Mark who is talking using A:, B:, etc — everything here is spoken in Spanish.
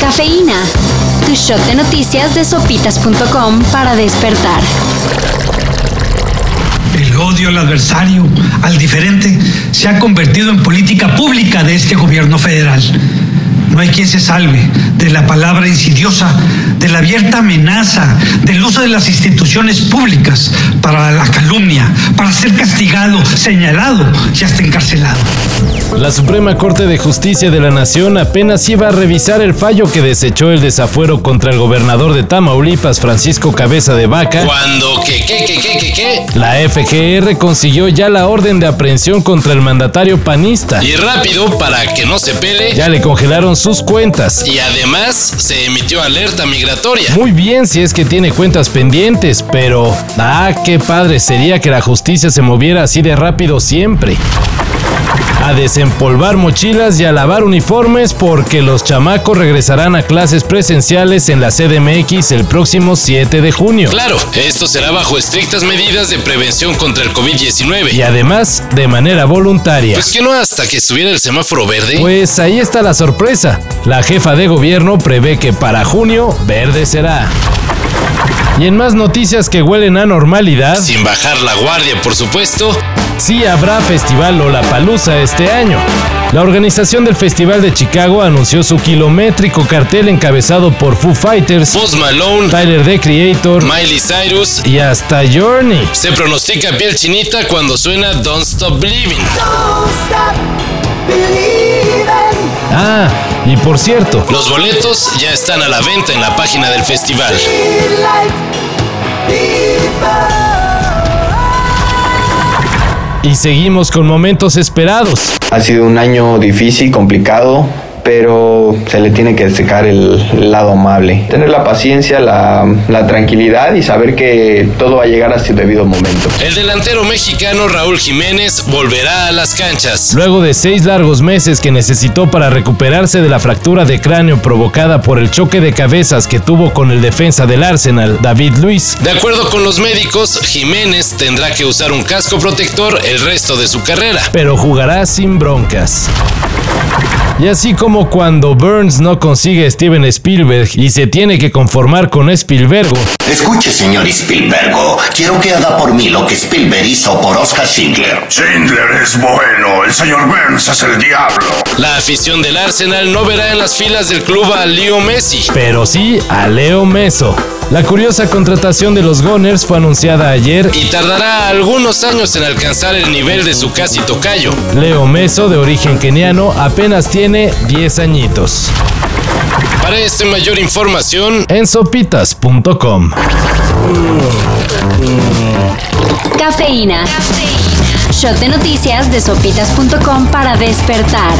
A: Cafeína. Tu shot de noticias de sopitas.com para despertar.
B: El odio al adversario, al diferente, se ha convertido en política pública de este gobierno federal. No hay quien se salve de la palabra insidiosa, de la abierta amenaza, del uso de las instituciones públicas para la calumnia, para ser castigado, señalado y hasta encarcelado.
C: La Suprema Corte de Justicia de la Nación apenas iba a revisar el fallo que desechó el desafuero contra el gobernador de Tamaulipas, Francisco Cabeza de Vaca.
D: Cuando que, que, que, que, que, que.
C: La FGR consiguió ya la orden de aprehensión contra el mandatario panista.
D: Y rápido para que no se pele.
C: Ya le congelaron sus cuentas.
D: Y además se emitió alerta migratoria.
C: Muy bien si es que tiene cuentas pendientes, pero... Ah, qué padre sería que la justicia se moviera así de rápido siempre a desempolvar mochilas y a lavar uniformes porque los chamacos regresarán a clases presenciales en la CDMX el próximo 7 de junio.
D: Claro, esto será bajo estrictas medidas de prevención contra el COVID-19.
C: Y además, de manera voluntaria.
D: Pues que no hasta que estuviera el semáforo verde.
C: Pues ahí está la sorpresa. La jefa de gobierno prevé que para junio verde será. Y en más noticias que huelen a normalidad,
D: Sin bajar la guardia, por supuesto.
C: sí habrá Festival Lollapalooza este año. La organización del Festival de Chicago anunció su kilométrico cartel encabezado por Foo Fighters,
D: Post Malone,
C: Tyler The Creator
D: Miley Cyrus.
C: y hasta Journey.
D: Se pronostica piel chinita cuando suena Don't Stop Believing.
C: Ah, y por cierto,
D: Los boletos ya están a la venta en la página del festival.
C: y seguimos con momentos esperados.
E: Ha sido un año difícil, complicado, pero se le tiene que destacar el, el lado amable. Tener la paciencia, la, la tranquilidad y saber que todo va a llegar a su debido momento.
D: El delantero mexicano Raúl Jiménez volverá a las canchas.
C: Luego de seis largos meses que necesitó para recuperarse de la fractura de cráneo provocada por el choque de cabezas que tuvo con el defensa del Arsenal, David Luis,
D: De acuerdo con los médicos, Jiménez tendrá que usar un casco protector el resto de su carrera.
C: pero jugará sin broncas. Y así como cuando Burns no consigue a Steven Spielberg y se tiene que conformar con Spielbergo,
F: Escuche, señor Spielbergo, quiero que haga por mí lo que Spielberg hizo por Oscar Schindler.
G: Schindler es bueno, el señor Burns es el diablo.
D: La afición del Arsenal no verá en las filas del club a Leo Messi.
C: pero sí a Leo Meso. La curiosa contratación de los Gunners fue anunciada ayer
D: Y tardará algunos años en alcanzar el nivel de su casi tocayo.
C: Leo Meso, de origen keniano, apenas tiene 10 añitos.
D: Para esta y mayor información,
C: En sopitas.com.
A: Cafeína. Shot de noticias de sopitas.com para despertar.